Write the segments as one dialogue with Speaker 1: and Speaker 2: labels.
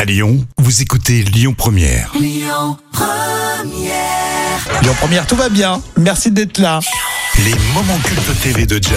Speaker 1: À Lyon, vous écoutez Lyon Première.
Speaker 2: Et en première, tout va bien. Merci d'être là.
Speaker 1: Les moments cultes TV de Jam.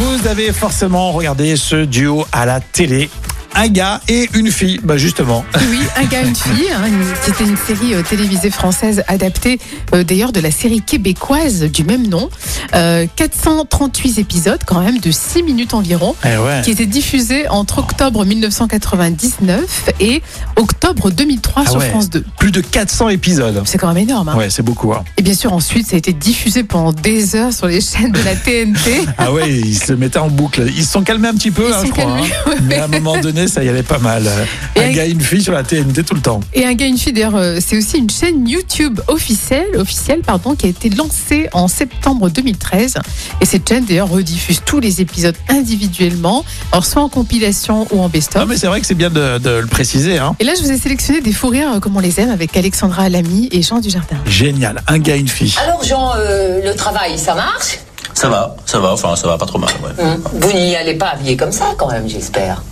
Speaker 2: Vous avez forcément regardé ce duo à la télé. Un gars et une fille, bah justement.
Speaker 3: Oui, un gars, une fille. hein, une- C'était une série euh, télévisée française adaptée euh, d'ailleurs de la série québécoise du même nom. Euh, 438 épisodes quand même de 6 minutes environ
Speaker 2: Eh ouais.
Speaker 3: qui était diffusée entre octobre 1999 et octobre 2003
Speaker 2: Ah
Speaker 3: sur
Speaker 2: ouais.
Speaker 3: France 2.
Speaker 2: Plus de 400 épisodes.
Speaker 3: C'est quand même énorme. hein.
Speaker 2: Ouais, c'est beaucoup. hein.
Speaker 3: Et bien sûr, ensuite, ça a été diffusé pendant des heures sur les chaînes de la TNT.
Speaker 2: Ah ouais, ils se mettaient en boucle. Ils se sont calmés un petit peu,
Speaker 3: Ils
Speaker 2: hein, je
Speaker 3: se sont
Speaker 2: crois.
Speaker 3: calmés,
Speaker 2: hein. Mais à un moment donné, ça y allait pas mal.
Speaker 3: Et
Speaker 2: Un
Speaker 3: avec-
Speaker 2: gars et une fille sur la TNT tout le temps.
Speaker 3: Et un gars, une fille, d'ailleurs, euh, c'est aussi une chaîne YouTube officielle, officielle pardon, qui a été lancée en septembre 2013. Et cette chaîne, d'ailleurs, rediffuse tous les épisodes individuellement, alors soit en compilation ou en
Speaker 2: Non,
Speaker 3: best-of.
Speaker 2: Ah, mais c'est vrai que c'est bien de, de le préciser. Hein.
Speaker 3: Et là, je vous ai sélectionné des fous rires euh, comme on les aime avec Alexandra Lamy et Jean Dujardin.
Speaker 2: Génial. Un gars et une fille.
Speaker 4: Alors Jean, euh, le travail, ça marche
Speaker 5: Ça va, ça va, enfin ça va pas trop mal. ouais.
Speaker 4: Hein Vous n'y allez pas habillé comme ça quand même, j'espère.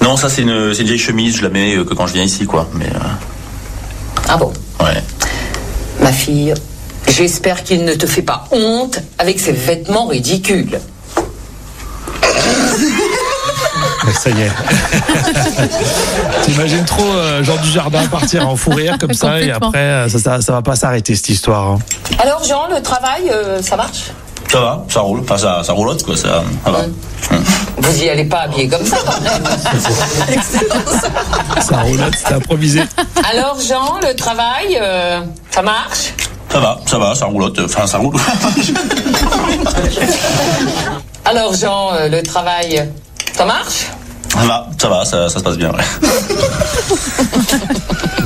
Speaker 5: Non, ça c'est une, c'est une vieille chemise, je la mets euh, que quand je viens ici quoi. Mais euh,
Speaker 4: Ah bon
Speaker 5: ouais.
Speaker 4: Ma fille, j'espère qu'il ne te fait pas honte avec ses vêtements ridicules.
Speaker 2: Ça y est. T'imagines trop euh, Jean du Jardin partir en fou rire comme ça et
Speaker 3: Complètement.
Speaker 2: après euh, ça, ça, ça va pas s'arrêter cette histoire. hein.
Speaker 4: Alors Jean, le travail, euh, ça marche
Speaker 5: Ça va, ça roule, enfin ça, ça roulotte quoi, ça, ça va.
Speaker 4: Vous n'y allez pas habillé comme ça quand même.
Speaker 2: Ça roulette, c'est improvisé.
Speaker 4: Alors Jean, le travail, euh, ça marche
Speaker 5: Ça va, ça va, ça roulotte, enfin ça roule.
Speaker 4: Alors Jean, euh, le travail, ça marche
Speaker 5: ça va, ça va, ça, ça se passe bien. Ouais.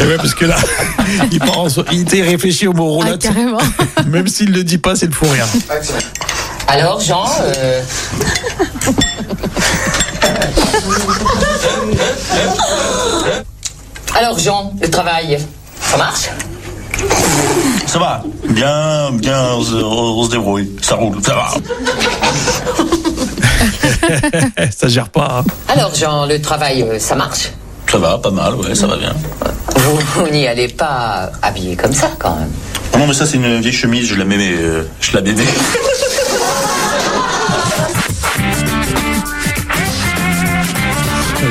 Speaker 2: Et ouais, parce que là, il, part en so- il était réfléchi au mot
Speaker 3: Ah,
Speaker 2: roulette.
Speaker 3: carrément.
Speaker 2: Même s'il le dit pas, c'est le fou rire.
Speaker 4: Alors Jean, euh, Alors Jean, le travail, ça marche
Speaker 5: Ça va, bien, bien, on se, on se débrouille, ça roule, ça va.
Speaker 2: Eh, Ça gère pas. hein.
Speaker 4: Alors Jean, le travail, euh, ça marche
Speaker 5: Ça va, pas mal, ouais, ça va bien.
Speaker 4: Vous, vous n'y allez pas habillé comme ça quand même.
Speaker 5: Non mais ça c'est une vieille chemise, je la mets, mais, euh, je la mets. mais-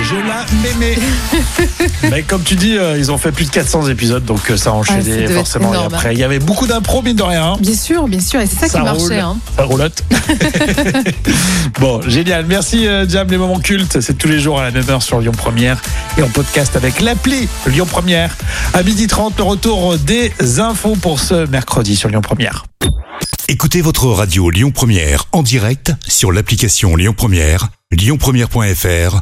Speaker 2: Je la mémé. Mais comme tu dis, euh, ils ont fait plus de 400 épisodes, donc euh, ça a
Speaker 3: Ah, ça
Speaker 2: enchaîné
Speaker 3: devait être
Speaker 2: forcément. Et
Speaker 3: énorme, hein.
Speaker 2: après, il y avait beaucoup d'impro, mine de rien. hein.
Speaker 3: Bien sûr, bien sûr. Et c'est ça, qui
Speaker 2: roule.
Speaker 3: marchait. hein.
Speaker 2: Ça roulotte. bon, génial. Merci, euh, Jam. Les moments cultes, c'est tous les jours à la 9h sur Lyon Première et en podcast avec l'appli Lyon Première. À 12h30, le retour des infos pour ce mercredi sur Lyon Première.
Speaker 1: Écoutez votre radio Lyon Première en direct sur l'application Lyon Première, lyonpremière.fr